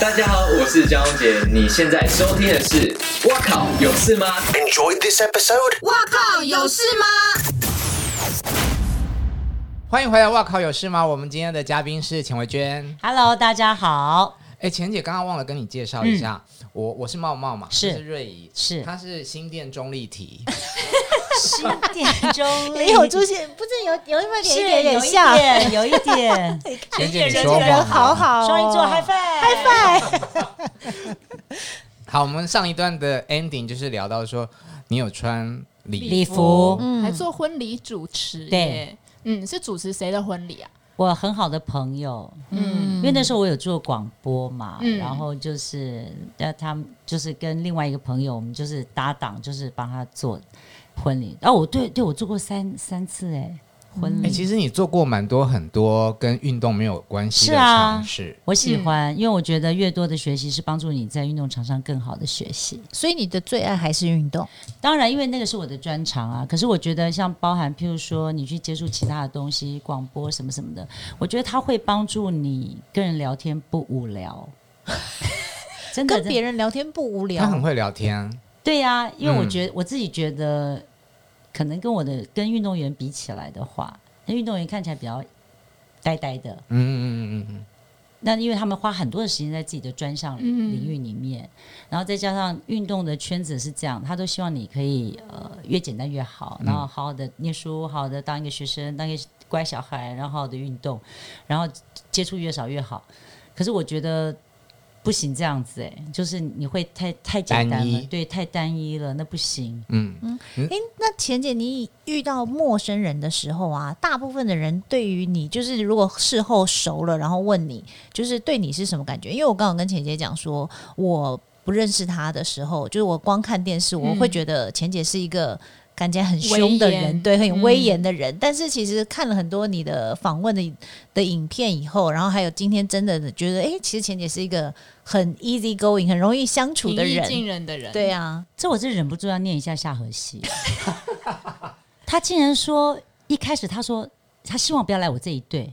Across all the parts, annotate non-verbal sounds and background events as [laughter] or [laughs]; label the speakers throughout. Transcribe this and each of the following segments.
Speaker 1: 大家好，我是江宏杰，你现在收听的是《哇靠有事吗》。
Speaker 2: Enjoyed this episode?
Speaker 3: 哇靠，有事吗？
Speaker 4: 欢迎回来！哇靠，有事吗？我们今天的嘉宾是钱维娟。
Speaker 5: Hello，大家好，
Speaker 4: 哎，钱姐刚刚忘了跟你介绍一下，我我是茂茂嘛，
Speaker 5: 嗯是
Speaker 4: 她是瑞怡，
Speaker 5: 是
Speaker 4: 她是新店中立
Speaker 5: [laughs]
Speaker 4: 体，
Speaker 5: 新店中
Speaker 6: 没有出现，不是有有那么一
Speaker 5: 是
Speaker 6: 点点
Speaker 5: 有
Speaker 6: 点
Speaker 5: 一
Speaker 6: 像，
Speaker 5: 点，有一点，
Speaker 4: 钱姐
Speaker 5: 人
Speaker 4: 你
Speaker 5: 缘
Speaker 4: 说
Speaker 5: 人缘
Speaker 4: 谎
Speaker 6: 好
Speaker 4: 了。
Speaker 6: 好、哦，
Speaker 5: 双鱼座 high five high five，
Speaker 4: 好，我们上一段的 ending 就是聊到说你有穿礼
Speaker 5: 礼服。
Speaker 6: 嗯
Speaker 7: 还做婚礼主持耶。
Speaker 5: 对
Speaker 7: 嗯，是主持谁的婚礼啊？
Speaker 5: 我很好的朋友，嗯，因为那时候我有做广播嘛，
Speaker 7: 嗯
Speaker 5: 然后就是呃，他们就是跟另外一个朋友，我们就是搭档，就是帮他做婚礼。然、后我对对我做过三三次哎、婚
Speaker 4: 哎，
Speaker 5: 礼，
Speaker 4: 其实你做过蛮多很多跟运动没有关系的
Speaker 5: 是啊
Speaker 4: 尝试。
Speaker 5: 我喜欢，因为我觉得越多的学习是帮助你在运动场上更好的学习。
Speaker 6: 所以你的最爱还是运动。
Speaker 5: 当然，因为那个是我的专长啊。可是我觉得，像包含譬如说你去接触其他的东西，广播什么什么的，我觉得它会帮助你跟人聊天不无聊。 [laughs] 真的，真
Speaker 6: 跟
Speaker 5: 的
Speaker 6: 别人聊天不无
Speaker 4: 她很
Speaker 6: 聊，
Speaker 4: 会聊天，
Speaker 5: 对呀、因为我
Speaker 4: 嗯
Speaker 5: 觉得、我自己觉得，可能跟我的跟运动员比起来的话，那运动员看起来比较呆呆的，
Speaker 4: 嗯嗯嗯嗯嗯，
Speaker 5: 那因为他们花很多的时间在自己的专项领域里面，然后再加上运动的圈子是这样，他都希望你可以呃越简单越好，然后好好的念书，好好的当一个学生，当一个乖小孩，然后好好的运动，然后接触越少越好。可是我觉得不行这样子、欸，哎，就是你会太太简单
Speaker 4: 单一
Speaker 5: 了，对，太单一了，那不行。
Speaker 4: 嗯
Speaker 6: [laughs] 哎、那钱姐，你遇到陌生人的时候啊，大部分的人对于你，就是如果事后熟了，然后问你，就是对你是什么感觉？因为我刚刚跟钱姐讲说，我不认识她的时候，就是我光看电视，我会觉得钱姐是一个感觉很凶的
Speaker 7: 嗯威
Speaker 6: 人，
Speaker 7: 严
Speaker 6: 对，很
Speaker 7: 嗯
Speaker 6: 威严的人。但是其实看了很多你的访问的的影片以后，然后还有今天真的觉得，哎、其实钱姐是一个很 easy going、很容易相处
Speaker 7: 平
Speaker 6: 的
Speaker 7: 易近
Speaker 6: 人。
Speaker 7: 人 [laughs] 的人，
Speaker 6: 对啊，
Speaker 5: 这我真忍不住要念一下下河西。他竟然说，一开始他说他希望不要来我这一队，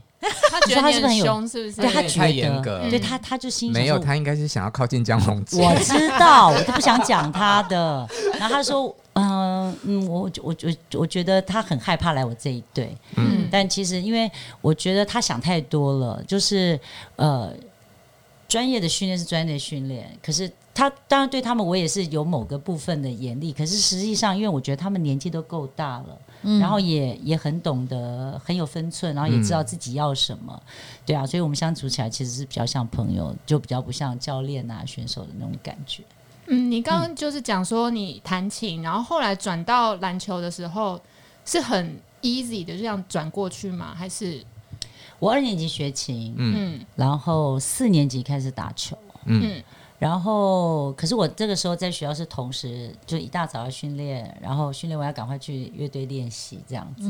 Speaker 7: 他觉得你
Speaker 5: 你说他是不是很有
Speaker 7: 凶，是不是？
Speaker 5: 对他
Speaker 4: 有点
Speaker 5: 觉
Speaker 4: 太
Speaker 5: 得
Speaker 4: 严格
Speaker 5: 对
Speaker 7: 嗯
Speaker 5: 他他就心里想
Speaker 4: 没有，
Speaker 5: 说
Speaker 4: 她应该是想要靠近江宏杰。 [laughs]
Speaker 5: 我知道，我都不想讲他的。然后他说，嗯嗯，我我我我觉得他很害怕来我这一队，
Speaker 7: 嗯
Speaker 5: 但其实因为我觉得他想太多了，就是呃，专业的训练是专业的训练，可是他当然对他们我也是有某个部分的严厉，可是实际上因为我觉得他们年纪都够大了。
Speaker 6: 嗯
Speaker 5: 然后也也很懂得，很有分寸，然后也知道自己要什么，对啊，所以我们相处起来其实是比较像朋友，就比较不像教练啊、选手的那种感觉。
Speaker 7: 嗯，你刚刚就是讲说你弹琴，然后后来转到篮球的时候是很 easy 的，就这样转过去吗？还是
Speaker 5: 我二年级学琴，
Speaker 7: 嗯
Speaker 5: 然后四年级开始打球，
Speaker 7: 嗯
Speaker 5: 然后可是我这个时候在学校是同时就一大早要训练，然后训练完要赶快去乐队练习这样子，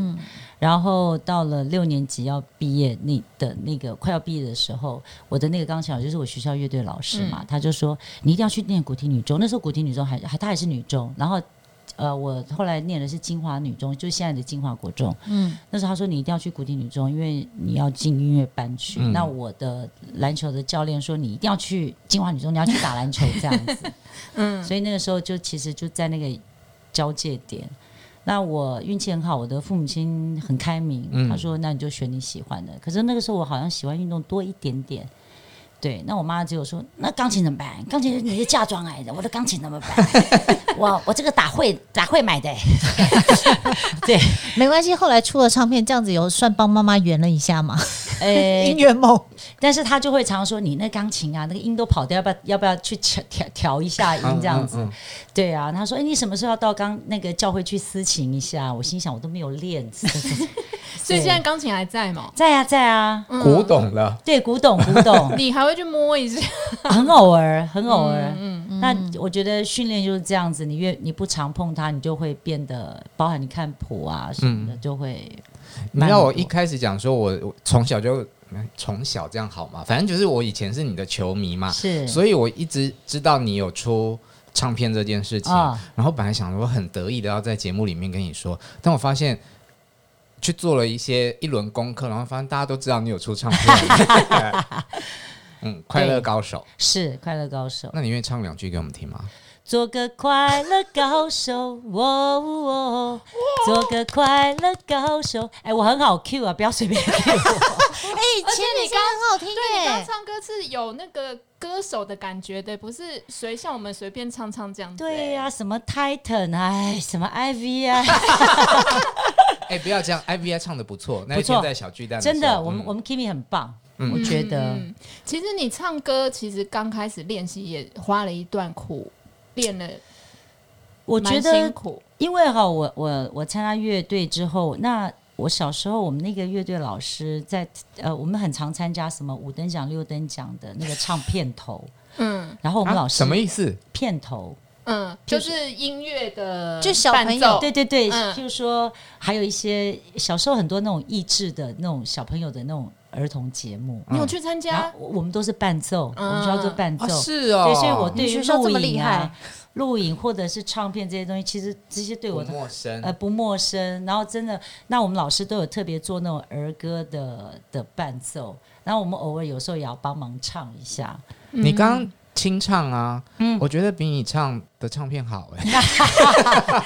Speaker 5: 然后到了六年级要毕业那的那个快要毕业的时候，我的那个钢琴老师就是我学校乐队老师嘛，他就说你一定要去念古体女中，那时候古体女中还还她还是女中，然后。呃，我后来念的是金华女中，就是现在的金华国中。嗯，那时候他说你一定要去古体女中，因为你要进音乐班去。
Speaker 4: 嗯
Speaker 5: 那我的篮球的教练说你一定要去金华女中，你要去打篮球这样子。
Speaker 7: 嗯
Speaker 5: 所以那个时候就其实就在那个交界点。那我运气很好，我的父母亲很开明，
Speaker 4: 嗯
Speaker 5: 他说：“那你就选你喜欢的。”可是那个时候我好像喜欢运动多一点点，对。那我妈只有说：“那钢琴怎么办？钢琴是你的嫁妆来的，我的钢
Speaker 4: [laughs]
Speaker 5: 琴怎么办？我我这个打会打会买的、 [laughs]
Speaker 6: 没关系。后来出了唱片，这样子有算帮妈妈圆了一下吗？
Speaker 5: 呃、
Speaker 6: [laughs]
Speaker 4: [laughs]
Speaker 6: 音乐梦。
Speaker 5: 但是他就会常说：“你那钢琴啊，那个音都跑掉，要不要要不要去调调调一下音这样子？”
Speaker 4: 嗯嗯嗯
Speaker 5: 对啊，他说：“哎、你什么时候要到刚那个教会去私琴一下？”我心想：“我都没有练。” [laughs]
Speaker 7: 所以现在钢琴还在吗？
Speaker 5: 在啊，在啊，
Speaker 7: 嗯，
Speaker 4: 古，董了。
Speaker 5: 对，古董，古董
Speaker 7: [laughs] [laughs] 你还会去摸一下？
Speaker 5: 很偶尔，很偶尔。
Speaker 7: 嗯，
Speaker 5: 那我觉得训练就是这样子，你越你不常碰它，你就会变得，包含你看谱啊什么的，
Speaker 7: 嗯
Speaker 5: 就会
Speaker 4: 你知道我
Speaker 5: 蛮多
Speaker 4: 一开始讲说我，我从小就从小这样好嘛，反正就是我以前是你的球迷嘛，
Speaker 5: 是
Speaker 4: 所以我一直知道你有出唱片这件事情，
Speaker 5: 啊
Speaker 4: 然后本来想说很得意的要在节目里面跟你说，但我发现。去做了一些一轮功课，然后发现大家都知道你有出唱片，嗯，快乐高手。
Speaker 5: 是快乐高手，
Speaker 4: 那你愿意唱两句给我们听吗？
Speaker 5: 做个快乐高手，哦哦，做个快乐高手。哎，我很好 Q 啊，不要随
Speaker 7: [laughs]
Speaker 5: 便 Q 我。
Speaker 6: 哎，千里歌很好听
Speaker 7: 对你刚
Speaker 6: 耶
Speaker 7: 刚，唱歌是有那个歌手的感觉的，不是随像我们随便唱唱这样子、
Speaker 5: 对
Speaker 7: 呀、
Speaker 5: 呀、什么 Titan 哎，什么 IV 啊。
Speaker 4: 哎、不要这样，IVI 唱的不错，那一
Speaker 5: 不错
Speaker 4: 天在小巨蛋
Speaker 5: 真
Speaker 4: 时
Speaker 5: 的，
Speaker 4: 候
Speaker 5: 我们、
Speaker 4: 嗯
Speaker 5: 我们 Kimi 很棒，
Speaker 4: 嗯
Speaker 5: 我觉得、
Speaker 7: 嗯其实你唱歌，其实刚开始练习也花了一段苦，练了
Speaker 5: 我觉
Speaker 7: 蛮辛
Speaker 5: 得，
Speaker 7: 苦。
Speaker 5: 因为哈，我我我参加乐队之后，那我小时候我们那个乐队老师在呃，我们很常参加什么五等奖、六等奖的那个唱片头，
Speaker 7: 嗯
Speaker 5: 然后我们
Speaker 4: 啊
Speaker 5: 老师、
Speaker 4: 什么意思？
Speaker 5: 片头？
Speaker 7: 嗯，就是音乐的
Speaker 6: 就小朋友
Speaker 7: 伴奏
Speaker 5: 对对对，
Speaker 7: 嗯
Speaker 5: 就是说还有一些小时候很多那种益智的那种小朋友的那种儿童节目，
Speaker 4: 嗯
Speaker 7: 你有去参
Speaker 5: 然
Speaker 7: 加
Speaker 5: 后？我们都是伴奏，我们学校都伴奏。
Speaker 4: 啊，是哦，
Speaker 5: 对，所以我
Speaker 6: 嗯你
Speaker 5: 对于
Speaker 6: 学校这
Speaker 5: 录
Speaker 6: 么厉
Speaker 5: 影
Speaker 6: 害
Speaker 5: 啊、录影或者是唱片这些东西，其实这些对我
Speaker 4: 不
Speaker 5: 都
Speaker 4: 陌生。
Speaker 5: 呃不陌生。然后真的，那我们老师都有特别做那种儿歌的的伴奏，然后我们偶尔有时候也要帮忙唱一下。
Speaker 4: 你刚刚清唱啊，
Speaker 5: 嗯
Speaker 4: 我觉得比你唱的唱片好哎、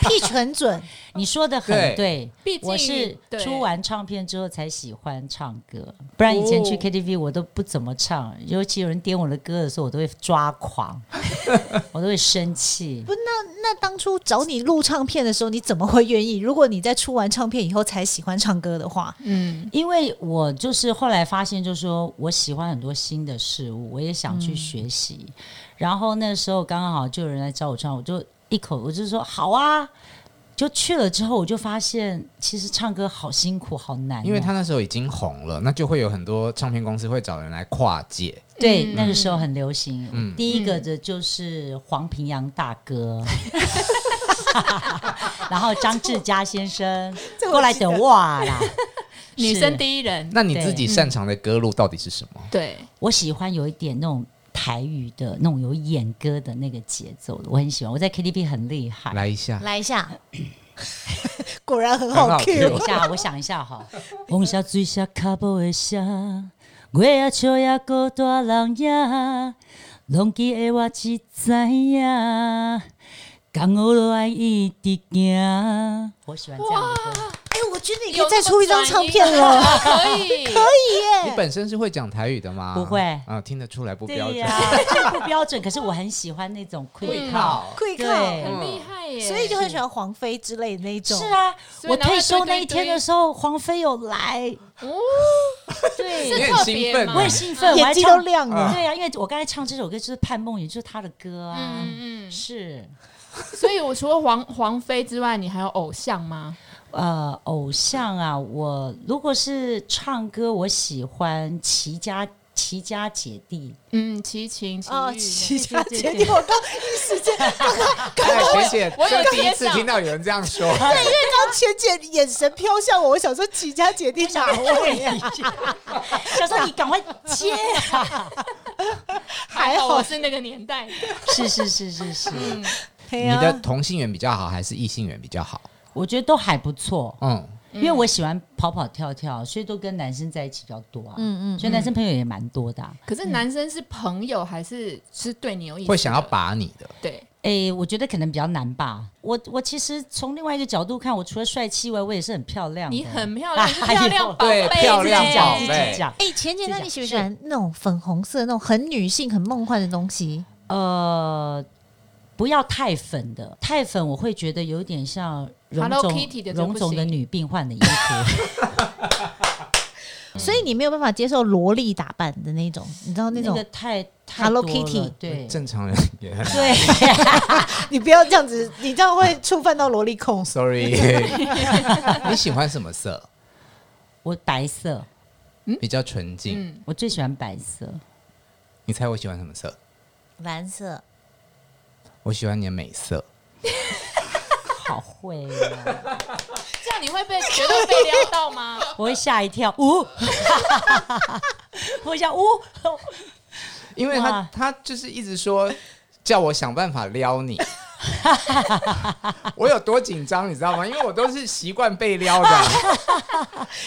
Speaker 6: 屁很准，
Speaker 5: 你说的很
Speaker 4: 对
Speaker 5: 对，
Speaker 7: 毕竟
Speaker 5: 我是
Speaker 7: 对
Speaker 5: 出完唱片之后才喜欢唱歌，不然以前去
Speaker 7: 哦
Speaker 5: KTV 我都不怎么唱，尤其有人点我的歌的时候，我都会抓狂， [laughs] 我都会生气。
Speaker 6: 那当初找你录唱片的时候，你怎么会愿意？如果你在出完唱片以后才喜欢唱歌的话，
Speaker 7: 嗯
Speaker 5: 因为我就是后来发现，就是说我喜欢很多新的事物，我也想去学习。然后那时候刚好就有人来找我唱，我就一口我就说好啊，就去了之后，我就发现其实唱歌好辛苦，好难哦、
Speaker 4: 因为他那时候已经红了，那就会有很多唱片公司会找人来跨界。
Speaker 5: 对
Speaker 7: 嗯
Speaker 5: 那个时候很流行。
Speaker 4: 嗯
Speaker 5: 第一个的就是黄平洋大哥。 [laughs] 然后张志佳先生
Speaker 6: 这我
Speaker 5: 过来
Speaker 6: 记得
Speaker 5: 等我啦，
Speaker 7: 女
Speaker 5: 是
Speaker 7: 生第一人，
Speaker 4: 那你自己擅长的歌路到底是什么？
Speaker 7: 对，
Speaker 5: 我喜欢有一点那种台语的那种有演歌的那个节奏的，我很喜欢。我在 KTV 很厉害。
Speaker 4: 来一下，
Speaker 6: 来一下，果然很
Speaker 4: 很
Speaker 6: 好
Speaker 4: 好
Speaker 6: Q。
Speaker 5: 等一下，我想一下
Speaker 4: [laughs]
Speaker 5: 哈。风下水下脚步的声，月啊笑呀孤大人影，拢记的我只知影，江湖路爱一直行。我喜欢这样的歌。
Speaker 6: 哎，我觉得你可以再出一张唱片了， [laughs]
Speaker 7: 可以，可
Speaker 4: 你本身是会讲台语的吗？
Speaker 5: 不会
Speaker 4: 啊，听得出来不标
Speaker 5: 对
Speaker 4: 准。 [laughs]
Speaker 5: 呀、这不标准，可是我很喜欢那种 quick
Speaker 7: 嗯
Speaker 5: call。
Speaker 6: 会
Speaker 5: 对
Speaker 6: 靠，
Speaker 4: 嗯
Speaker 7: 很嗯厉害耶。
Speaker 6: 所以就很喜欢黄飞之类的那一种。
Speaker 5: 是啊，
Speaker 7: 所以
Speaker 5: 我
Speaker 7: 难怪
Speaker 5: 退休
Speaker 7: 堆堆
Speaker 5: 那一天
Speaker 7: 堆
Speaker 5: 的时候，黄飞有来，
Speaker 7: 哦，
Speaker 5: 对，
Speaker 4: 你
Speaker 7: 是
Speaker 4: 很
Speaker 7: 特
Speaker 4: 兴
Speaker 7: 别
Speaker 4: 奋
Speaker 7: 吗
Speaker 5: 我也兴奋，我还
Speaker 6: 嗯眼睛都
Speaker 5: 唱。
Speaker 6: 亮了。
Speaker 5: 对啊，因为我刚才唱这首歌就是潘梦云，就是他的歌啊。
Speaker 7: 嗯嗯嗯，
Speaker 5: 是，
Speaker 7: 所以我除了黄黄飞之外，你还有偶像吗？
Speaker 5: 呃，偶像啊，我如果是唱歌，我喜欢齐家齐家姐弟，
Speaker 7: 嗯，齐秦、齐
Speaker 6: 哦，
Speaker 7: 豫
Speaker 6: 齐
Speaker 5: 对
Speaker 6: 家
Speaker 5: 对
Speaker 6: 姐
Speaker 5: 对
Speaker 6: 弟，我刚一时间，
Speaker 4: 哎，学姐，
Speaker 7: 我有
Speaker 4: 这第一
Speaker 7: 接
Speaker 4: 次
Speaker 7: 到
Speaker 4: 听到有人这样说。
Speaker 6: 刚前姐眼神飘向我，我想说齐家姐弟哪位
Speaker 5: [laughs]
Speaker 6: 呀？
Speaker 5: 想说你赶快接啊！
Speaker 7: 还好
Speaker 6: 还好
Speaker 7: 我是那个年代的。
Speaker 5: 是是是是是，
Speaker 6: 对
Speaker 4: 你
Speaker 6: 呀
Speaker 4: 的同性缘比较好还是异性缘比较好？
Speaker 5: 我觉得都还不错，
Speaker 4: 嗯，
Speaker 5: 因为我喜欢跑跑跳跳，所以都跟男生在一起比较多啊。
Speaker 6: 嗯嗯
Speaker 5: 所以男生朋友也蛮多的啊、
Speaker 7: 可是男生是朋友还是是对你有意思的？
Speaker 4: 会想要把你的。
Speaker 7: 对，
Speaker 5: 诶，我觉得可能比较难吧。我我其实从另外一个角度看，我除了帅气以外，我也是很漂亮的。
Speaker 7: 你很漂亮，
Speaker 5: 哎
Speaker 7: 你
Speaker 4: [laughs]
Speaker 7: 是漂亮宝
Speaker 4: 对
Speaker 7: 贝，
Speaker 4: 漂亮
Speaker 7: 自己
Speaker 4: 宝
Speaker 7: 讲
Speaker 5: 自
Speaker 7: 自己
Speaker 4: 贝
Speaker 7: 讲
Speaker 5: 己讲。
Speaker 6: 哎，前姐，那你喜不喜欢那种粉红色、那种很女性、很梦幻的东西？
Speaker 5: 呃，不要太粉的，太粉我会觉得有点像荣
Speaker 7: Hello
Speaker 5: 总
Speaker 7: Kitty 的就不
Speaker 5: 荣总的
Speaker 7: 行
Speaker 5: 女病患的衣服。
Speaker 6: 所以你没有办法接受萝莉打扮的那种，你知 [laughs] 道那
Speaker 5: 那
Speaker 6: 种
Speaker 5: 个？太太
Speaker 6: Hello
Speaker 5: 多了
Speaker 6: Kitty
Speaker 5: 对
Speaker 4: 正常人也
Speaker 6: [laughs]
Speaker 4: 很 [laughs]
Speaker 5: 对，
Speaker 6: 你不要这样子，你这样会触犯到萝莉控。
Speaker 4: sorry。你喜欢什么色？
Speaker 5: 我白色，
Speaker 4: 比较纯净。
Speaker 7: 嗯，
Speaker 5: 我最喜欢白色。
Speaker 4: 你猜我喜欢什么色？
Speaker 6: 蓝色，
Speaker 4: 我喜欢你的美色。
Speaker 5: 好会、哦，
Speaker 7: 这样你会被觉得被撩到吗？
Speaker 5: 我会吓一跳，呜、 [laughs] 我会想呜， [laughs]
Speaker 4: 因为他
Speaker 5: 哇 [laughs]
Speaker 4: 他就是一直说叫我想办法撩你，我有多紧张，你知道吗？因为我都是习惯被撩的，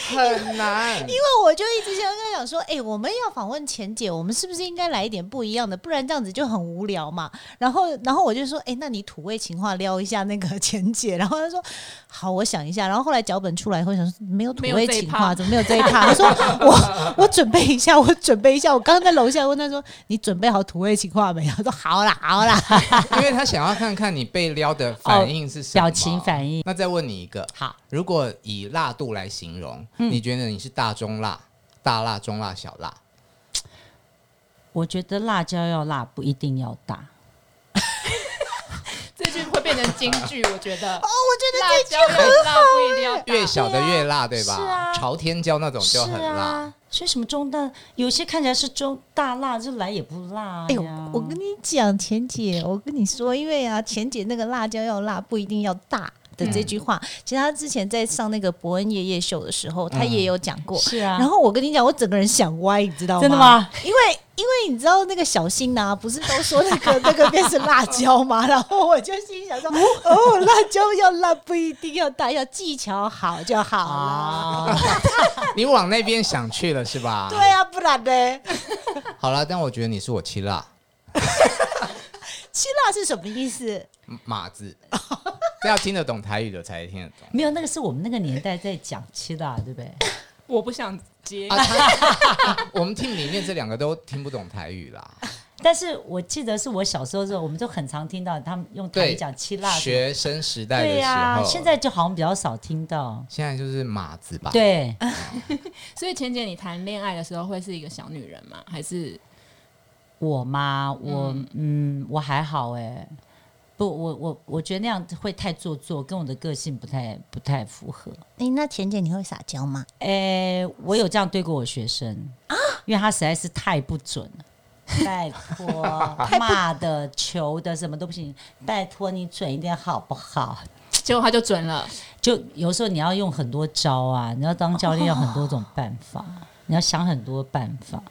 Speaker 4: 很难。
Speaker 6: 因为我就一直想跟他讲说，哎、我们要访问钱姐，我们是不是应该来一点不一样的？不然这样子就很无聊嘛。然后，然后我就说，哎、那你土味情话撩一下那个钱姐。然后他说，好，我想一下。然后后来脚本出来以后，想说没有土
Speaker 7: 没有
Speaker 6: 味
Speaker 7: 这一
Speaker 6: 情
Speaker 7: 趴
Speaker 6: 话，怎么没有这一趴？他说，我我准备一下，我准备一下。我刚刚在楼下问他说，你准备好土味情话没有？他说好啦，好啦。
Speaker 4: 因为他想要看看你被撩的反应是什么、
Speaker 5: 哦表情反应。
Speaker 4: 那再问你一个，
Speaker 5: 好，嗯
Speaker 4: 如果以辣度来形容，你觉得你是大中辣、大辣、中辣、小辣？
Speaker 5: 我觉得辣椒要辣，不一定要大。
Speaker 7: 这句会变成京剧，我觉
Speaker 6: [laughs]
Speaker 7: 得。
Speaker 6: 哦，我觉得
Speaker 7: 辣椒越辣不一定
Speaker 6: 哎
Speaker 7: 要大
Speaker 4: 越小的越辣，对吧？
Speaker 5: 是啊
Speaker 4: 朝天椒那种
Speaker 5: 是
Speaker 4: 就很辣。
Speaker 5: 啊，所以什么中大，有些看起来是中大辣，就来也不辣
Speaker 6: 哎、
Speaker 5: 呀
Speaker 6: 我。我跟你讲，钱姐，我跟你说，因为啊，钱姐那个辣椒要辣，不一定要大。的这句话，
Speaker 5: 嗯
Speaker 6: 其实她之前在上那个伯恩夜夜秀的时候，她也有讲过。
Speaker 5: 嗯是啊，
Speaker 6: 然后我跟你讲，我整个人想歪，你知道吗？
Speaker 5: 真的？吗？
Speaker 6: 因为因为你知道那个小新呐、不是都说那个那个变成辣椒吗？ [laughs] 然后我就心想说，哦，辣椒要辣不一定要大，要技巧好就好了。
Speaker 5: 啊，
Speaker 6: [laughs]
Speaker 4: 你往那边想去了是吧？
Speaker 6: 对。啊，不然呢？
Speaker 4: 好了，但我觉得你是我七辣
Speaker 6: 希辣是什么意思？
Speaker 4: 嗯马子，这要听得懂台语的才听得懂。
Speaker 5: 没有，那个是我们那个年代在讲吃的、啊，对不对？
Speaker 7: 我不想接。
Speaker 4: 啊他啊我们 team 里面这两个都听不懂台语啦，
Speaker 5: 但是我记得是我小时候的时候，我们就很常听到他们用台语
Speaker 4: 对，
Speaker 5: 讲吃辣什么，
Speaker 4: 学生时代的
Speaker 5: 对
Speaker 4: 时
Speaker 5: 呀、
Speaker 4: 候，
Speaker 5: 现在就好像比较少听到。
Speaker 4: 现在就是马子吧？，
Speaker 5: 对，
Speaker 7: 所以钱姐，你谈恋爱的时候会是一个小女人吗？还是
Speaker 5: 我吗？我嗯我还好哎、不，我我我觉得那样会太做作，跟我的个性不太不太符合。
Speaker 6: 哎、那钱姐你会撒娇吗？
Speaker 5: 诶、我有这样对过我学生啊，因为他实在是太不准了。拜托，骂的、求的，什么都不行。拜托你准一点好不好？
Speaker 7: 结果她就准了？
Speaker 5: 就有时候你要用很多招啊，你要当教练有很多种办法，你要想很多办法。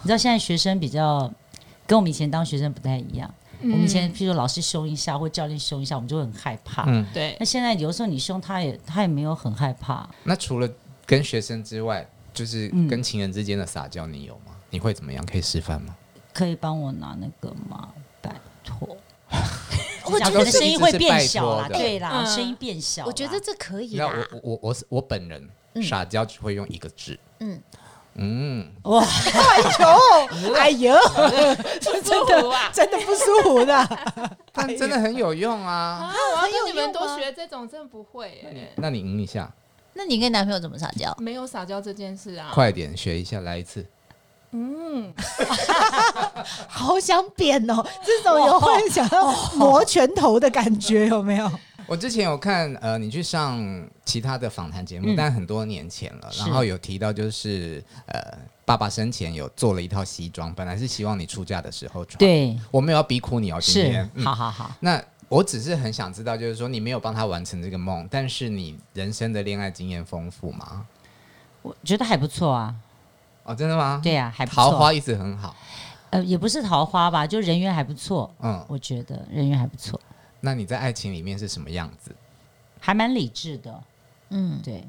Speaker 5: 你知道现在学生比较跟我们以前当学生不太一样，我们以前譬如说老师凶一下或教练凶一下，我们就会很害怕。
Speaker 4: 嗯。
Speaker 7: 对
Speaker 5: 那现在有时候你凶他也他也没有很害怕，
Speaker 4: 那除了跟学生之外，就是跟情人之间的撒娇，你有吗？你会怎么样？可以示范吗？
Speaker 5: 可以帮我拿那个吗？拜托。
Speaker 6: 我
Speaker 5: 讲
Speaker 6: 觉
Speaker 5: 可
Speaker 6: 得
Speaker 5: 能声音会变小啦，
Speaker 4: 都是一直是拜托的
Speaker 5: 对啦，
Speaker 7: 嗯
Speaker 5: 声音变小啦。
Speaker 6: 我觉得这可以
Speaker 4: 那
Speaker 6: 啦。
Speaker 4: 我我我我是我本人撒娇只会用一个字，
Speaker 6: 嗯
Speaker 4: 嗯嗯，
Speaker 5: 哇，
Speaker 6: [laughs] 哎呦，
Speaker 7: 真的啊！
Speaker 6: 真的不舒服的。
Speaker 4: 但真的很有用啊。
Speaker 7: 啊，我要跟你
Speaker 6: 很有
Speaker 7: 们
Speaker 6: 用吗
Speaker 7: 多学这种，真的不会耶、
Speaker 4: 那你赢一下，
Speaker 6: 那你跟男朋友怎么撒娇？
Speaker 7: 没有撒娇这件事啊。嗯
Speaker 4: 快点学一下，来一次。
Speaker 6: [laughs] 好想扁哦，这种有会想要磨拳头的感觉，有没有？
Speaker 4: 我之前有看呃，你去上其他的访谈节目，但很多年前了，
Speaker 5: 嗯是
Speaker 4: 然后有提到就是呃，爸爸生前有做了一套西装，本来是希望你出嫁的时候穿。，
Speaker 5: 对，
Speaker 4: 我没有要逼哭你哦，今
Speaker 5: 是
Speaker 4: 天，嗯
Speaker 5: 好好好，
Speaker 4: 那我只是很想知道，就是说你没有帮他完成这个梦，但是你人生的恋爱经验丰富吗？
Speaker 5: 我觉得还不错啊，
Speaker 4: 哦，真的吗？
Speaker 5: 对啊，还不
Speaker 4: 桃
Speaker 5: 错。
Speaker 4: 花一直很好。
Speaker 5: 呃，也不是桃花吧，就人缘还不错，
Speaker 4: 嗯，
Speaker 5: 我觉得人缘还不错，
Speaker 4: 那你在爱情里面是什么样子？
Speaker 5: 还蛮理智的。
Speaker 6: 嗯，
Speaker 5: 对，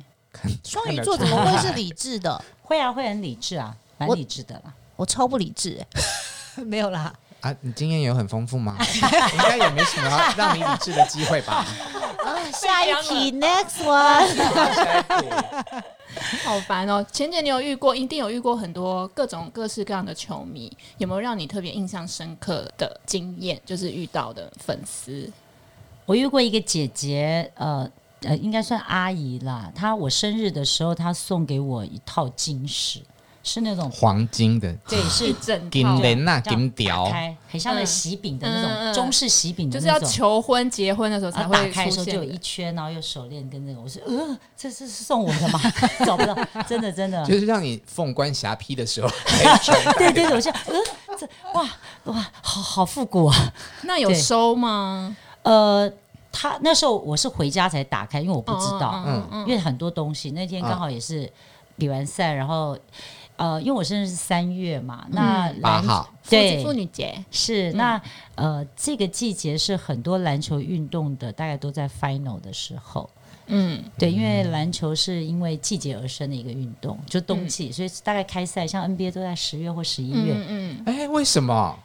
Speaker 6: 双鱼座怎么会是理智的？
Speaker 5: 会啊，会很理智啊，蛮
Speaker 6: 我
Speaker 5: 理智的啦。
Speaker 6: 我超不理智、 [laughs] 欸， [laughs] 没有啦。
Speaker 4: 啊？你经验有很丰富
Speaker 5: [laughs]
Speaker 4: 吗？应该也没什么要让你理智的机会吧。
Speaker 6: 啊，下一题，next one。
Speaker 7: 好烦哦！钱姐，你有遇过，一定有遇过很多各种各式各样的球迷，有没有让你特别印象深刻的经验？就是遇到的粉丝，
Speaker 5: 我遇过一个姐姐，呃呃，应该算阿姨啦。她我生日的时候，她送给我一套金饰，是那种
Speaker 4: 黄金的
Speaker 5: 对，
Speaker 7: 一
Speaker 5: 是
Speaker 7: 整
Speaker 4: 金
Speaker 7: 套，
Speaker 4: 莲呐，
Speaker 5: 这样
Speaker 4: 金条
Speaker 5: 打，开很像那
Speaker 7: 嗯
Speaker 5: 喜饼的
Speaker 7: 嗯嗯
Speaker 5: 那
Speaker 7: 嗯
Speaker 5: 种中式喜饼的
Speaker 7: 就是
Speaker 5: 那
Speaker 7: 要
Speaker 5: 种。
Speaker 7: 求婚、结婚的时候才
Speaker 5: 然后
Speaker 7: 会
Speaker 5: 啊打开的时
Speaker 7: 出
Speaker 5: 候就有
Speaker 7: 现
Speaker 5: 一
Speaker 7: 的。
Speaker 5: 圈，然后有手链跟那个，我说呃，这这是送我
Speaker 7: [laughs]
Speaker 5: 的吗？找不到，真的真的，
Speaker 4: 就是让你凤冠霞披的时候 [laughs] 可以
Speaker 5: [laughs]
Speaker 4: 穿
Speaker 5: 对对对，我现在呃，这哇哇，好好复古啊。
Speaker 7: 那有
Speaker 5: 对
Speaker 7: 收吗？
Speaker 5: 呃，他那时候我是回家才打开，因为我不知道，
Speaker 7: 哦嗯嗯嗯
Speaker 5: 因为很多东西那天刚好也是比完赛，然后呃，因为我生日是三月嘛，那
Speaker 7: 嗯
Speaker 4: 八
Speaker 5: 篮
Speaker 4: 号
Speaker 5: 对
Speaker 7: 妇女节，
Speaker 5: 是
Speaker 7: 嗯
Speaker 5: 那呃，这个季节是很多篮球运动的，大概都在 final 的时候。
Speaker 7: 嗯
Speaker 5: 对，因为篮球是因为季节而生的一个运动，就冬季，所以大概开赛，像 NBA 都在十月或十一月，
Speaker 7: 嗯嗯，
Speaker 4: 哎，为什么？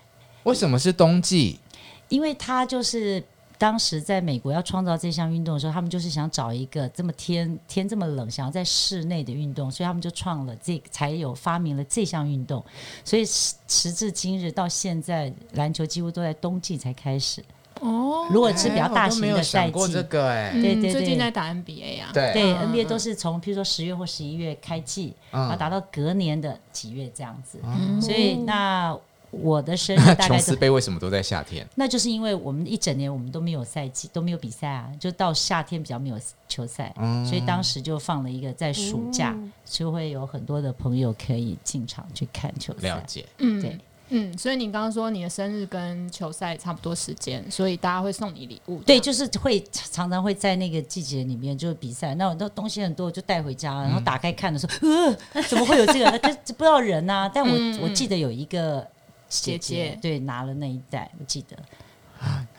Speaker 4: 为什么是冬季？
Speaker 5: 因为他就是当时在美国要创造这项运动的时候，他们就是想找一个这么天天这么冷，想要在室内的运动，所以他们就创了这才有发明了这项运动。所以时时至今日到现在，篮球几乎都在冬季才开始。
Speaker 7: 哦，
Speaker 5: 如果是比较
Speaker 4: 哎
Speaker 5: 大
Speaker 4: 我都没
Speaker 5: 型
Speaker 4: 有
Speaker 5: 的赛
Speaker 4: 想过
Speaker 5: 季，
Speaker 4: 这个哎，
Speaker 7: 嗯
Speaker 5: 对对
Speaker 7: 最近
Speaker 5: 对
Speaker 7: 在打 NBA 呀、
Speaker 4: 对 [laughs]
Speaker 5: 对
Speaker 7: 嗯
Speaker 5: NBA 都是从譬如说十月或十一月开季，然后
Speaker 4: 嗯，
Speaker 5: 打到隔年的几月这样子。
Speaker 7: 嗯
Speaker 5: 所以那我的生日
Speaker 4: 那
Speaker 5: 大
Speaker 4: 琼
Speaker 5: 概
Speaker 4: 斯
Speaker 5: 就。
Speaker 4: 杯为什么都在夏天？
Speaker 5: 那就是因为我们一整年我们都没有赛季，都没有比赛啊，就到夏天比较没有球赛，
Speaker 4: 嗯
Speaker 5: 所以当时就放了一个在暑假，
Speaker 7: 哦
Speaker 5: 就会有很多的朋友可以进场去看球
Speaker 4: 了
Speaker 5: 赛。
Speaker 4: 解，
Speaker 7: 嗯
Speaker 5: 对
Speaker 7: 嗯，所以你刚刚说你的生日跟球赛差不多时间，所以大家会送你礼物。
Speaker 5: 对，就是会常常会在那个季节里面就是比赛，那我那东西很多，我就带回家，然后打开看的时候，呃，怎么会有这个？但不知道人呐、但我、
Speaker 7: 嗯
Speaker 5: 我记得有一个姐
Speaker 7: 姐姐
Speaker 5: 对，拿了那一袋，我记得。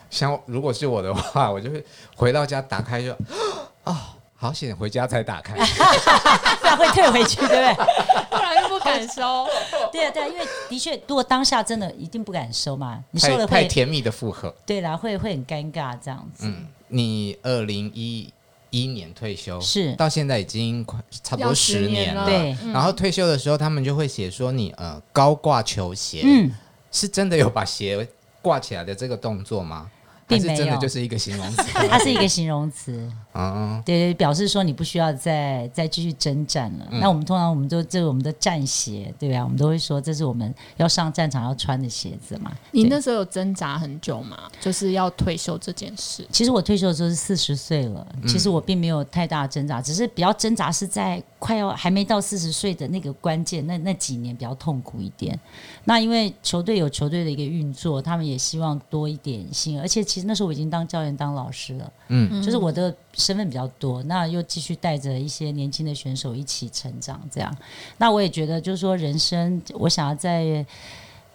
Speaker 4: 像如果是我的话， [laughs] 我就会回到家打开就，啊、 [gasps] 好险回家才打开，
Speaker 5: 不然会退回去，对不对？
Speaker 7: 不然又不敢收。
Speaker 5: [laughs] 对啊，对啊，因为的确，如果当下真的一定不敢收嘛， [laughs] 你收
Speaker 4: 太
Speaker 5: 了
Speaker 4: 太
Speaker 5: 会
Speaker 4: 甜蜜的负荷。
Speaker 5: 对啦，会会很尴尬这样子。
Speaker 4: 嗯，你二零一一年退休
Speaker 5: 是
Speaker 4: 到现在已经快差不
Speaker 7: 要
Speaker 4: 多
Speaker 7: 十
Speaker 4: 十
Speaker 7: 年
Speaker 4: 了，
Speaker 7: 了
Speaker 5: 对
Speaker 7: 嗯
Speaker 4: 然后退休的时候，他们就会写说你呃高挂球鞋，
Speaker 5: 嗯，
Speaker 4: 是真的有把鞋挂起来的这个动作吗？还
Speaker 5: 并
Speaker 4: 是
Speaker 5: 没有
Speaker 4: 真的就是一个形容
Speaker 5: [laughs]
Speaker 4: 词
Speaker 5: 它是一个形容词，
Speaker 4: 啊，
Speaker 5: 对对，表示说你不需要再再继续征战了。那我们通常我们都这是我们的战鞋，对啊，我们都会说这是我们要上战场要穿的鞋子嘛。
Speaker 7: 你
Speaker 5: 对
Speaker 7: 那时候有挣扎很久吗？就是要退休这件事。
Speaker 5: 其实我退休的时候是四十岁了，其实我并没有太大的挣扎，只是比较挣扎是在快要还没到四十岁的那个关键，那那几年比较痛苦一点。那因为球队有球队的一个运作，他们也希望多一点心，而且其实那时候我已经当教练、当老师了，
Speaker 4: 嗯
Speaker 5: 嗯，就是我的身份比较多，那又继续带着一些年轻的选手一起成长，这样。那我也觉得，就是说人生，我想要在。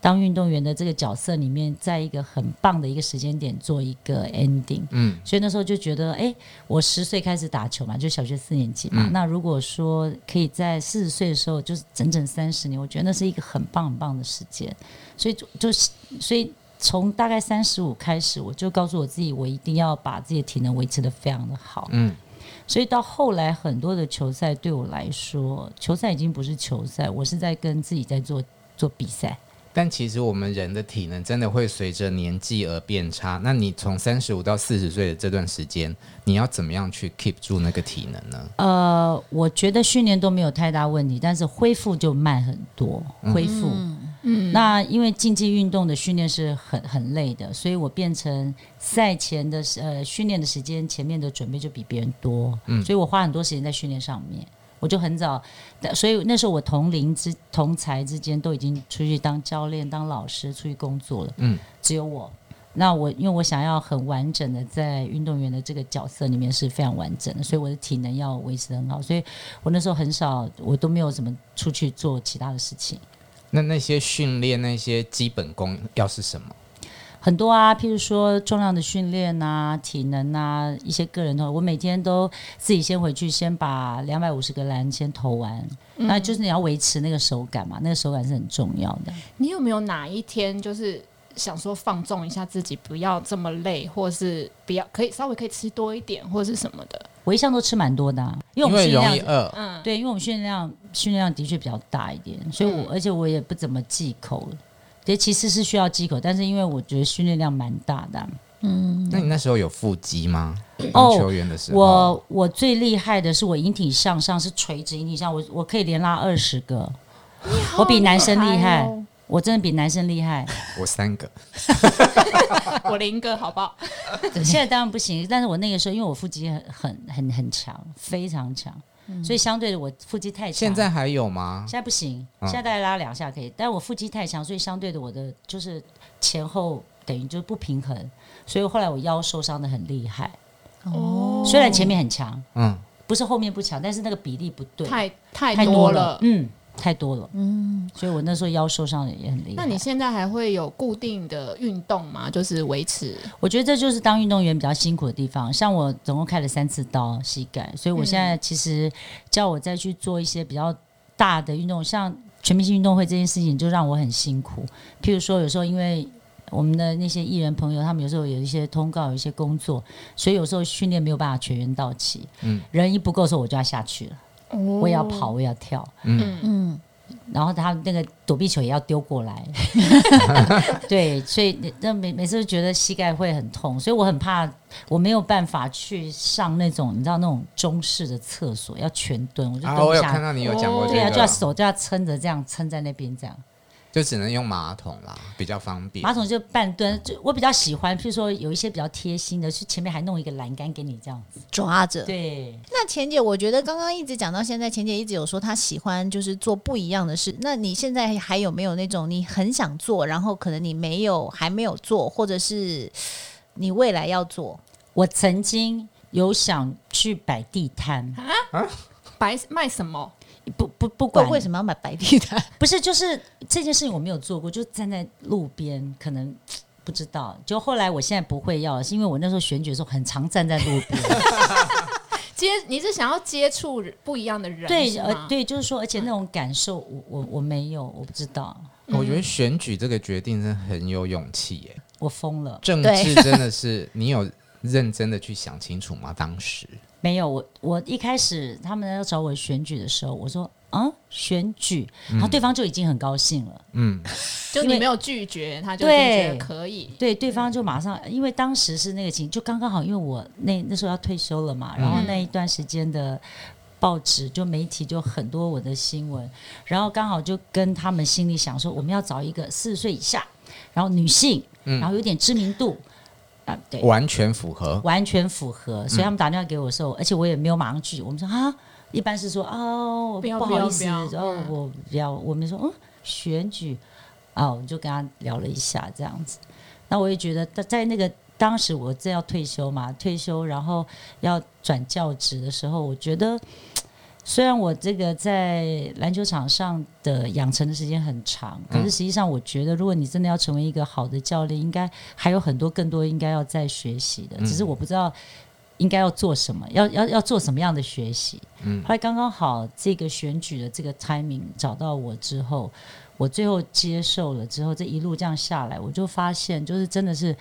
Speaker 5: 当运动员的这个角色里面，在一个很棒的一个时间点做一个 ending，
Speaker 4: 嗯，
Speaker 5: 所以那时候就觉得，哎、我十岁开始打球嘛，就小学四年级嘛。
Speaker 4: 嗯
Speaker 5: 那如果说可以在四十岁的时候，就是整整三十年，我觉得那是一个很棒很棒的时间。所以就就是，所以从大概三十五开始，我就告诉我自己，我一定要把自己的体能维持的非常的好。
Speaker 4: 嗯，
Speaker 5: 所以到后来很多的球赛对我来说，球赛已经不是球赛，我是在跟自己在做做比赛。
Speaker 4: 但其实我们人的体能真的会随着年纪而变差。那你从三十五到四十岁的这段时间，你要怎么样去 keep 住那个体能呢？
Speaker 5: 呃，我觉得训练都没有太大问题，但是恢复就慢很多，恢复。
Speaker 7: 嗯，
Speaker 5: 那因为竞技运动的训练是很很累的，所以我变成赛前的时呃训练的时间，前面的准备就比别人多，所以我花很多时间在训练上面。我就很早，但所以那时候我同龄之同才之间都已经出去当教练、当老师、出去工作了，
Speaker 4: 嗯
Speaker 5: 嗯，只有我。那我因为我想要很完整的在运动员的这个角色里面是非常完整的，所以我的体能要维持得很好，所以我那时候很少，我都没有怎么出去做其他的事情。
Speaker 4: 那那些训练那些基本功要是什么？
Speaker 5: 很多啊，譬如说重量的训练啊、体能啊、一些个人的，我每天都自己先回去，先把两百五十个篮先投完，
Speaker 4: 嗯
Speaker 5: 那就是你要维持那个手感嘛，那个手感是很重要的。
Speaker 7: 你有没有哪一天就是想说放纵一下自己，不要这么累，或是不要可以稍微可以吃多一点，或是什么的？
Speaker 5: 我一向都吃蛮多的、啊，因
Speaker 4: 因
Speaker 5: 为我们
Speaker 4: 为
Speaker 5: 训练
Speaker 4: 容易
Speaker 5: 量
Speaker 4: 饿，
Speaker 7: 嗯，
Speaker 5: 对，因为我们训练量训练量的确比较大一点，所以我、而且我也不怎么忌口了。对，其实是需要忌口，但是因为我觉得训练量蛮大的啊、
Speaker 4: 那你那时候有腹肌吗？当
Speaker 5: 哦
Speaker 4: 球员的时候，
Speaker 5: 我我最厉害的是我引体向上是垂直引体向，我我可以连拉二十个，我比男生厉害，我真的比男生厉害。
Speaker 4: 我三个，
Speaker 7: 我零个好不好？
Speaker 5: 现在当然不行，但是我那个时候因为我腹肌很很很很强，非常强，所以相对的我腹肌太强。
Speaker 4: 现在还有吗
Speaker 5: 现？在不行，
Speaker 4: 嗯
Speaker 5: 现在大概拉两下可以，但我腹肌太强，所以相对的我的就是前后等于就是不平衡，所以后来我腰受伤的很厉害。
Speaker 7: 哦
Speaker 5: 虽然前面很强，
Speaker 4: 嗯
Speaker 5: 不是后面不强，但是那个比例不对，
Speaker 7: 太太
Speaker 5: 太
Speaker 7: 多
Speaker 5: 了
Speaker 7: 了，，
Speaker 5: 嗯，太多了，
Speaker 6: 嗯，
Speaker 5: 所以我那时候腰受伤的也很厉害。
Speaker 7: 那你现在还会有固定的运动吗？就是维持
Speaker 5: 我觉得这就是当运动员比较辛苦的地方。像我总共开了三次刀膝盖，所以我现在其实叫我再去做一些比较大的运动，像全明星运动会这件事情，就让我很辛苦。譬如说，有时候因为我们的那些艺人朋友，他们有时候有一些通告，有一些工作，所以有时候训练没有办法全员到齐。
Speaker 4: 嗯
Speaker 5: 人一不够的时候，我就要下去了，我
Speaker 7: 我
Speaker 5: 也要跑，，我也要跳。
Speaker 7: 嗯，
Speaker 6: 嗯，
Speaker 5: 然后他那个躲避球也要丢过
Speaker 4: [laughs]
Speaker 5: 来，对，所以那每每次都觉得膝盖会很痛，所以我很怕我没有办法去上那种你知道那种中式的厕所要全蹲，我就
Speaker 4: 啊，我
Speaker 5: 蹲
Speaker 4: 有
Speaker 5: 不下，
Speaker 4: 看到你有讲过这
Speaker 5: 对啊，就要
Speaker 4: 个，
Speaker 5: 手就要撑着这样撑在那边这样，
Speaker 4: 就只能用马桶啦，比较方便
Speaker 5: 马。桶就半蹲，就我比较喜欢，譬如说有一些比较贴心的，是前面还弄一个栏杆给你这样子，
Speaker 6: 抓着。
Speaker 5: 对，
Speaker 6: 那钱姐，我觉得刚刚一直讲到现在，钱姐一直有说她喜欢就是做不一样的事。那你现在还有没有那种你很想做，然后可能你没有还没有做，或者是你未来要做？
Speaker 5: 我曾经有想去摆地摊，
Speaker 7: 白卖什么？
Speaker 5: 不不不
Speaker 6: 为
Speaker 5: 管
Speaker 6: 为什么要买白地毯？ [laughs]
Speaker 5: 不是，就是这件事情我没有做过，就站在路边，可能不知道。就后来我现在不会要了，是因为我那时候选举的时候很常站在路
Speaker 7: [laughs]
Speaker 5: 边。
Speaker 7: 接你是想要接触不一样的人，
Speaker 5: 对，
Speaker 7: 是
Speaker 5: 呃
Speaker 7: 吗，，
Speaker 5: 对，就是说，而且那种感受，我我我没有，我不知道，
Speaker 4: 哦我
Speaker 5: 嗯
Speaker 4: 觉得选举这个决定是很有勇气耶，
Speaker 5: 我疯了，
Speaker 4: 政治
Speaker 6: 对
Speaker 4: 真的是你有认真的去想清楚吗？当时
Speaker 5: 没有。我我一开始他们要找我选举的时候，我说啊选举，然后对方就已经很高兴了。
Speaker 4: 嗯，
Speaker 7: 就
Speaker 5: 因
Speaker 7: 你
Speaker 5: 为
Speaker 7: 没有拒绝，他就已经觉
Speaker 5: 对
Speaker 7: 得可以，
Speaker 5: 对，对方就马上，因为当时是那个情，就刚刚好，因为我那那时候要退休了嘛，然后那一段时间的报纸就媒体就很多我的新闻，然后刚好就跟他们心里想说，我们要找一个四十岁以下，然后女性，然后有点知名度，啊，对，嗯
Speaker 4: 完全符合。
Speaker 5: 完全符合，所以他们打电话给我的时候，而且我也没有马上拒，我们说啊，一般是说哦，
Speaker 7: 不要
Speaker 5: 好意思，
Speaker 7: 不要不要
Speaker 5: 然后
Speaker 7: 嗯
Speaker 5: 我不要，我们说嗯，选举啊，我们就跟他聊了一下这样子。那我也觉得在在那个当时我正要退休嘛，退休然后要转教职的时候，我觉得。虽然我这个在篮球场上的养成的时间很长，可是实际上我觉得，如果你真的要成为一个好的教练，应该还有很多更多应该要再学习的。只是我不知道应该要做什么，要要要做什么样的学习。嗯，后来刚刚好这个选举的这个 timing 找到我之后，我最后接受了之后，这一路这样下来，我就发现，就是真的是，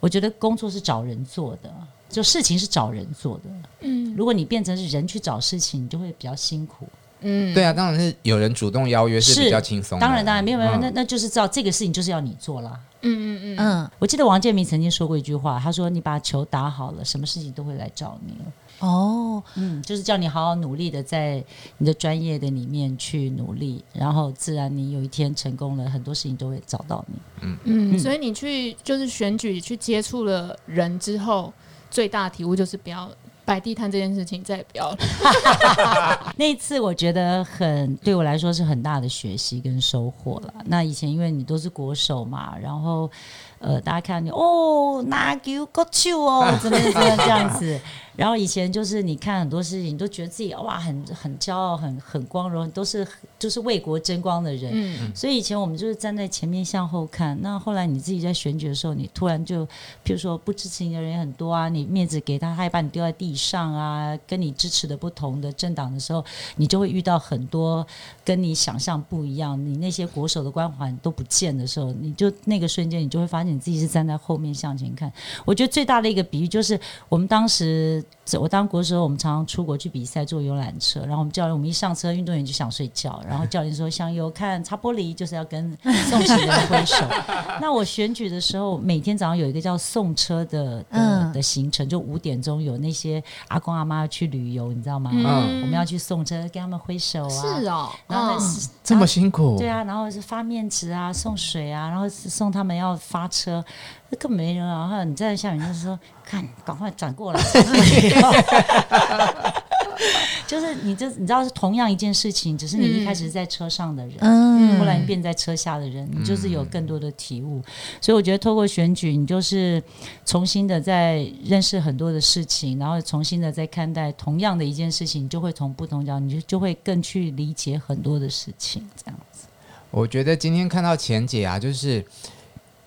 Speaker 5: 我觉得工作是找人做的，就事情是找人做的。
Speaker 7: 嗯
Speaker 5: 如果你变成是人去找事情，你就会比较辛苦。
Speaker 7: 嗯，
Speaker 4: 对啊，当然是有人主动邀约是比
Speaker 5: 是
Speaker 4: 较轻松的。
Speaker 5: 当然，当然没有没有，
Speaker 4: 嗯
Speaker 5: 那那就是知道这个事情就是要你做啦。
Speaker 7: 嗯嗯嗯，
Speaker 6: 嗯，
Speaker 5: 我记得王建民曾经说过一句话，他说：“你把球打好了，什么事情都会来找你。”
Speaker 6: 哦，
Speaker 5: 嗯，就是叫你好好努力的在你的专业的里面去努力，然后自然你有一天成功了，很多事情都会找到你。
Speaker 7: 嗯，所以你去就是选举去接触了人之后，最大的体悟就是不要摆地摊这件事情再也不要了。
Speaker 5: 那一次我觉得很对我来说是很大的学习跟收获了。那以前因为你都是国手嘛，然后呃，大家看你哦，拿球过球哦，怎么怎么这样子。然后以前就是你看很多事情，你都觉得自己哇很很骄傲，很很光荣，都是就是为国争光的人。
Speaker 7: 嗯，
Speaker 5: 所以以前我们就是站在前面向后看，那后来你自己在选举的时候，你突然就，譬如说不支持你的人也很多啊，你面子给他，他也把你丢在地上啊，跟你支持的不同的政党的时候，你就会遇到很多跟你想象不一样，你那些国手的光环都不见的时候，你就那个瞬间，你就会发现你自己是站在后面向前看。我觉得最大的一个比喻就是，我们当时我当国手，我们常常出国去比赛坐游览车，然后我们教练我们一上车，运动员就想睡觉，然后教练说向右看擦玻璃，就是要跟送行人挥手。 [laughs] 那我选举的时候，每天早上有一个叫送车的的、
Speaker 6: 嗯
Speaker 5: 的行程，就五点钟有那些阿公阿妈去旅游，你知道吗？
Speaker 4: 嗯
Speaker 5: 我们要去送车，跟他们挥手啊。
Speaker 7: 是哦，
Speaker 5: 然后
Speaker 7: 嗯
Speaker 5: 在
Speaker 4: 这么辛苦，
Speaker 5: 对啊，然后是发面纸啊，送水啊，然后是送他们要发车，那根本没人啊。然后你 [laughs] 站在下面就是说，看，赶快转过来。转过去就是你这你知道是同样一件事情，只是你一开始是在车上的人，
Speaker 6: 嗯
Speaker 5: 后来你变在车下的人，你就是有更多的体悟。所以我觉得透过选举，你就是重新的在认识很多的事情，然后重新的在看待同样的一件事情，你就会从不同角，你就就会更去理解很多的事情。这样，
Speaker 4: 我觉得今天看到钱姐啊，就是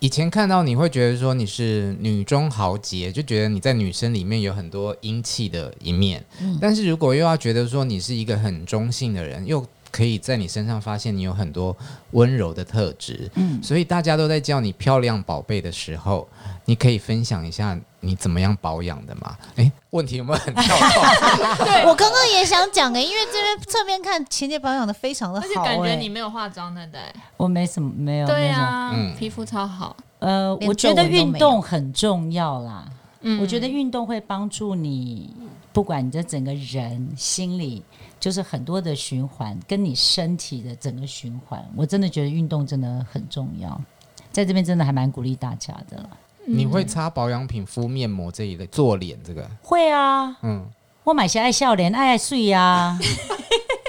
Speaker 4: 以前看到你会觉得说你是女中豪杰，就觉得你在女生里面有很多英气的一面。但是如果又要觉得说你是一个很中性的人，又可以在你身上发现你有很多温柔的特质。嗯，所以大家都在叫你漂亮宝贝的时候，你可以分享一下你怎么样保养的嘛？诶，问题有没有很跳痛？
Speaker 6: 我刚刚也想讲哎、因为这边侧面看钱姐保养的非常的
Speaker 7: 而且
Speaker 6: 好、哎，
Speaker 7: 感觉你没有化妆，对不对？
Speaker 5: 我欸没什么，没有，
Speaker 7: 对
Speaker 5: 没什么
Speaker 7: 啊
Speaker 4: 嗯，
Speaker 7: 皮肤超好。
Speaker 5: 呃，
Speaker 6: 连
Speaker 5: 我觉得
Speaker 6: 皱纹都
Speaker 5: 运
Speaker 6: 没有
Speaker 5: 动很重要啦。
Speaker 7: 嗯
Speaker 5: 我觉得运动会帮助你，不管你的整个人心理，就是很多的循环，跟你身体的整个循环。我真的觉得运动真的很重要，在这边真的还蛮鼓励大家的
Speaker 6: 嗯
Speaker 5: 啦。
Speaker 4: 你会擦保养品、敷面膜这一类做脸这个？
Speaker 5: 会啊，
Speaker 4: 嗯，
Speaker 5: 我买些爱笑脸、爱爱睡呀、
Speaker 6: [laughs]
Speaker 5: 啊，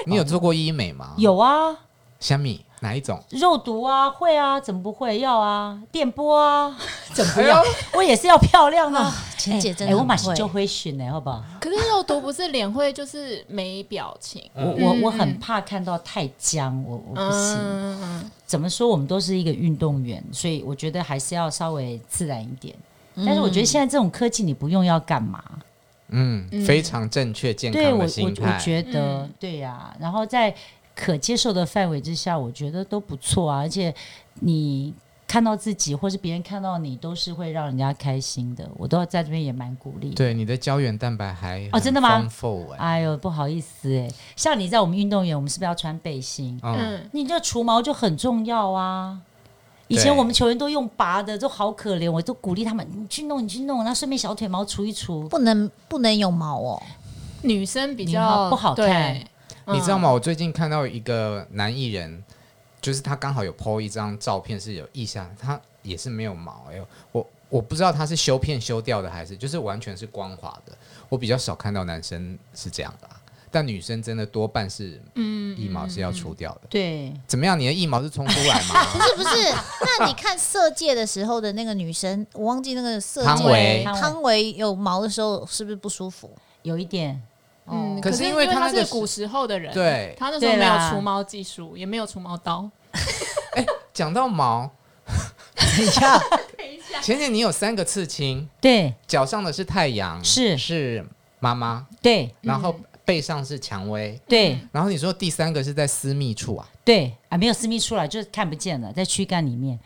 Speaker 4: 你有做过医美吗？
Speaker 5: 有啊，
Speaker 4: 虾米哪一种？
Speaker 5: 肉毒啊，会啊，怎么不会？要啊，电波啊， [laughs] 怎么不
Speaker 6: [laughs]
Speaker 5: 要？我也是要漂亮啊。
Speaker 6: 钱哎姐真
Speaker 5: 哎
Speaker 6: 的
Speaker 5: 我
Speaker 6: 很
Speaker 5: 马上
Speaker 6: 会
Speaker 5: 就会选呢、好不好？
Speaker 7: 可是肉毒不是脸会就是没表情，
Speaker 5: 我我我很怕看到太僵，我我不行。
Speaker 7: 嗯，
Speaker 5: 怎么说，我们都是一个运动员，所以我觉得还是要稍微自然一点。但是我觉得现在这种科技，你不用要干嘛？
Speaker 4: 嗯，非常正确健
Speaker 5: 对
Speaker 4: 康
Speaker 5: 我
Speaker 4: 的
Speaker 5: 我
Speaker 4: 心
Speaker 5: 我
Speaker 4: 态。
Speaker 5: 觉得、对呀、然后在可接受的范围之下，我觉得都不错啊。而且你看到自己，或是别人看到你，都是会让人家开心的。我都在这边也蛮鼓励。
Speaker 4: 对你的胶原蛋白还
Speaker 5: 哦真的吗
Speaker 4: 很丰富哎，
Speaker 5: 哎呦，不好意思哎、像你在我们运动员，我们是不是要穿背心？
Speaker 4: 嗯，
Speaker 7: 嗯
Speaker 5: 你这除毛就很重要啊。以
Speaker 4: 对
Speaker 5: 前我们球员都用拔的，都好可怜，我都鼓励他们，你去弄，你去弄，那顺便小腿毛除一除。
Speaker 6: 不能不能有毛
Speaker 5: [laughs]
Speaker 6: 哦，
Speaker 7: 女生比
Speaker 5: 你
Speaker 7: 较
Speaker 5: 好不好看
Speaker 7: 对嗯
Speaker 4: 你知道吗？我最近看到一个男艺人，就是他刚好有 PO 一张照片，是有腋下，他也是没有毛哎呦，我我不知道他是修片修掉的还是就是完全是光滑的，我比较少看到男生是这样的啊、但女生真的多半是
Speaker 7: 嗯
Speaker 4: 腋毛是要除掉的。
Speaker 5: 对，
Speaker 4: 怎么样？你的腋毛是冲出来吗？
Speaker 5: [laughs]
Speaker 6: 是不是？那你看色戒的时候的那个女生，我忘记那个色
Speaker 4: 汤
Speaker 6: 戒
Speaker 4: 唯
Speaker 5: 汤唯
Speaker 6: 汤唯有毛的时候是不是不舒服？
Speaker 5: 有一点，
Speaker 7: 嗯，
Speaker 4: 可
Speaker 7: 可
Speaker 4: 是
Speaker 7: 是
Speaker 4: 因
Speaker 7: 因
Speaker 4: 为
Speaker 7: 为
Speaker 4: 他
Speaker 7: 他
Speaker 4: 那个
Speaker 7: 是古时候的人，
Speaker 4: 对
Speaker 7: 他那时候没
Speaker 5: 对
Speaker 7: 有
Speaker 5: 啦
Speaker 7: 除毛技术，也没有除毛刀，
Speaker 4: 讲到毛，前姐你有三个刺青，
Speaker 5: 对
Speaker 4: 脚上的是太阳，
Speaker 5: 是
Speaker 4: 是妈妈，
Speaker 5: 对
Speaker 6: 嗯
Speaker 4: 然后背上是蔷薇，
Speaker 5: 对
Speaker 4: 然后你说第三个是在私密处啊，
Speaker 5: 对啊，没有私密出来，就是看不见了，在躯干里面，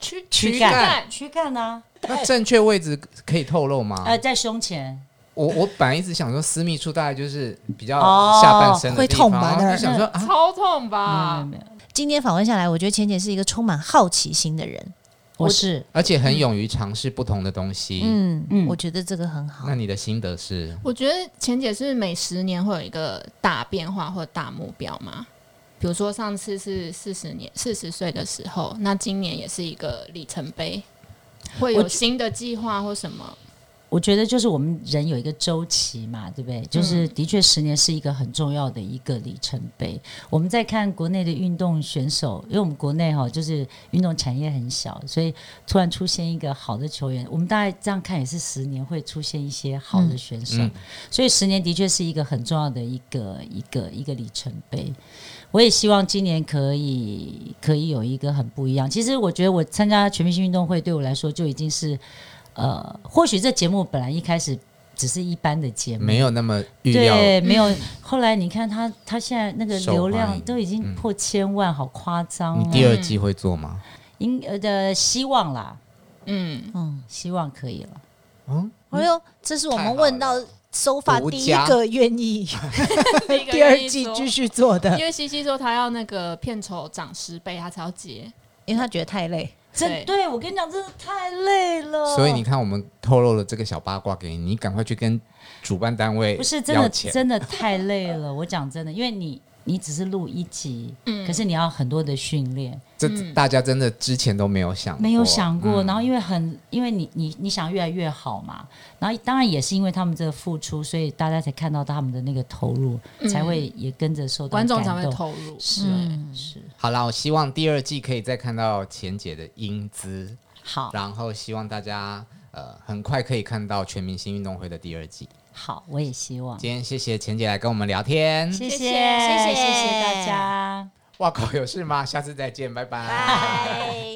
Speaker 7: 躯
Speaker 5: 躯干，躯干呢？
Speaker 4: 那正确位置可以透露吗？
Speaker 5: 呃，在胸前，
Speaker 4: 我我本来一直想说私密处大概就是比较
Speaker 5: 哦
Speaker 4: 下半身的地方，
Speaker 6: 会痛吧
Speaker 4: 然后
Speaker 6: 那儿嗯
Speaker 4: 就想说啊，
Speaker 7: 超痛
Speaker 5: 啊，
Speaker 7: 吧？
Speaker 5: 没有没有，
Speaker 6: 今天访问下来，我觉得钱姐是一个充满好奇心的人。
Speaker 5: 我是
Speaker 4: 而且很勇于尝试不同的东西。
Speaker 6: 嗯
Speaker 5: 嗯
Speaker 6: 我觉得这个很好
Speaker 4: 那。你的心得是？
Speaker 7: 我觉得钱姐是每十年会有一个大变化或大目标嘛？比如说上次是四十年四十岁的时候，那今年也是一个里程碑，会
Speaker 5: 我
Speaker 7: 有
Speaker 5: 觉
Speaker 7: 新的计划或什么？
Speaker 5: 我觉得就是我们人有一个周期嘛，对不对？就是的确十年是一个很重要的一个里程碑。我们在看国内的运动选手，因为我们国内哈、就是运动产业很小，所以突然出现一个好的球员，我们大概这样看也是十年会出现一些好的选手，
Speaker 4: 嗯
Speaker 5: 所以十年的确是一个很重要的一个一个一个里程碑。我也希望今年可以可以有一个很不一样。其实我觉得我参加全明星运动会对我来说就已经是，呃，或许这节目本来一开始只是一般的节目，
Speaker 4: 没有那么预料，
Speaker 5: 对，没
Speaker 7: 嗯
Speaker 5: 有。后来你看他他现在那个
Speaker 4: 受
Speaker 5: 流
Speaker 4: 欢
Speaker 5: 量
Speaker 4: 迎
Speaker 5: 都已经破千万，好夸张、
Speaker 4: 你
Speaker 5: 哦。
Speaker 4: 第
Speaker 6: 嗯
Speaker 4: 二季会做吗？
Speaker 5: 应呃的希望啦，
Speaker 7: 嗯，
Speaker 6: 嗯，
Speaker 5: 希望可以了。
Speaker 4: 嗯，
Speaker 6: 哎呦，这是我
Speaker 4: 太好
Speaker 6: 们
Speaker 4: 了
Speaker 6: 问到手法
Speaker 4: 独
Speaker 6: 第一
Speaker 4: 家
Speaker 6: 个愿意
Speaker 7: 第一个
Speaker 6: 第二
Speaker 7: 愿意
Speaker 6: 季
Speaker 7: 说
Speaker 6: 继续做的
Speaker 7: [laughs] 因，为西西说她要那个片酬涨十倍，她才要结。
Speaker 6: 因为他觉得太累。
Speaker 5: 真
Speaker 7: 对
Speaker 5: 对我跟你讲，真的太累了。
Speaker 4: 所以你看，我们透露了这个小八卦给你，你赶快去跟主办单位
Speaker 5: 不是真
Speaker 4: 要
Speaker 5: 的
Speaker 4: 钱。
Speaker 5: 真的太累了。我讲真的，因为你你只是录一集，
Speaker 7: 嗯
Speaker 5: 可是你要很多的训练，
Speaker 4: 这
Speaker 7: 嗯
Speaker 4: 大家真的之前都没有想过，
Speaker 5: 没有想过。
Speaker 4: 嗯
Speaker 5: 然后因为很，因为你你你想越来越好嘛，然后当然也是因为他们这个付出，所以大家才看到他们的那个投入，
Speaker 7: 嗯
Speaker 5: 才会也跟着受到
Speaker 7: 观众才
Speaker 5: 感
Speaker 7: 会
Speaker 5: 动
Speaker 7: 投入。嗯
Speaker 5: 是、啊是
Speaker 4: 好啦，我希望第二季可以再看到钱姐的英姿，
Speaker 5: 好
Speaker 4: 然后希望大家呃很快可以看到全明星运动会的第二季。
Speaker 5: 好，我也希望。
Speaker 4: 今天谢谢钱姐来跟我们聊天，
Speaker 5: 谢
Speaker 6: 谢
Speaker 5: 谢
Speaker 6: 谢
Speaker 5: 谢谢大家。
Speaker 4: 哇靠，有事吗？下次再见，拜拜
Speaker 6: 拜。